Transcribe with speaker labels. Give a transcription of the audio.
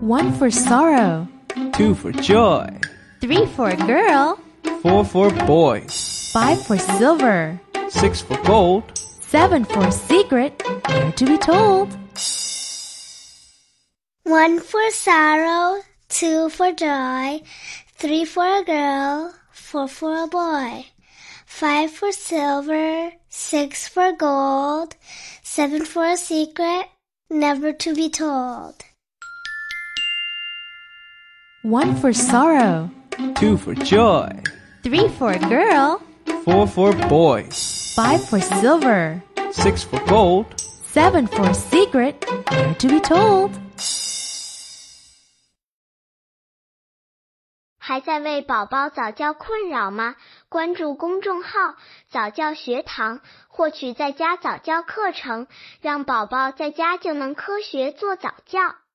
Speaker 1: One for sorrow,
Speaker 2: two for joy,
Speaker 1: three for a girl,
Speaker 2: four for boys,
Speaker 1: five for silver,
Speaker 2: six for gold.
Speaker 1: seven for secret, ne'er to be told.
Speaker 3: One for sorrow, two for joy, three for a girl, four for a boy, five for silver, six for gold, seven for a secret, never to be told.
Speaker 1: One for sorrow,
Speaker 2: Two for joy,
Speaker 1: three for a girl,
Speaker 2: four for boys,
Speaker 1: five for silver,
Speaker 2: six for gold.
Speaker 1: seven for secret, ne'er to be told.
Speaker 3: 还在为宝宝早教困扰吗？关注公众号“早教学堂”，获取在家早教课程，让宝宝在家就能科学做早教。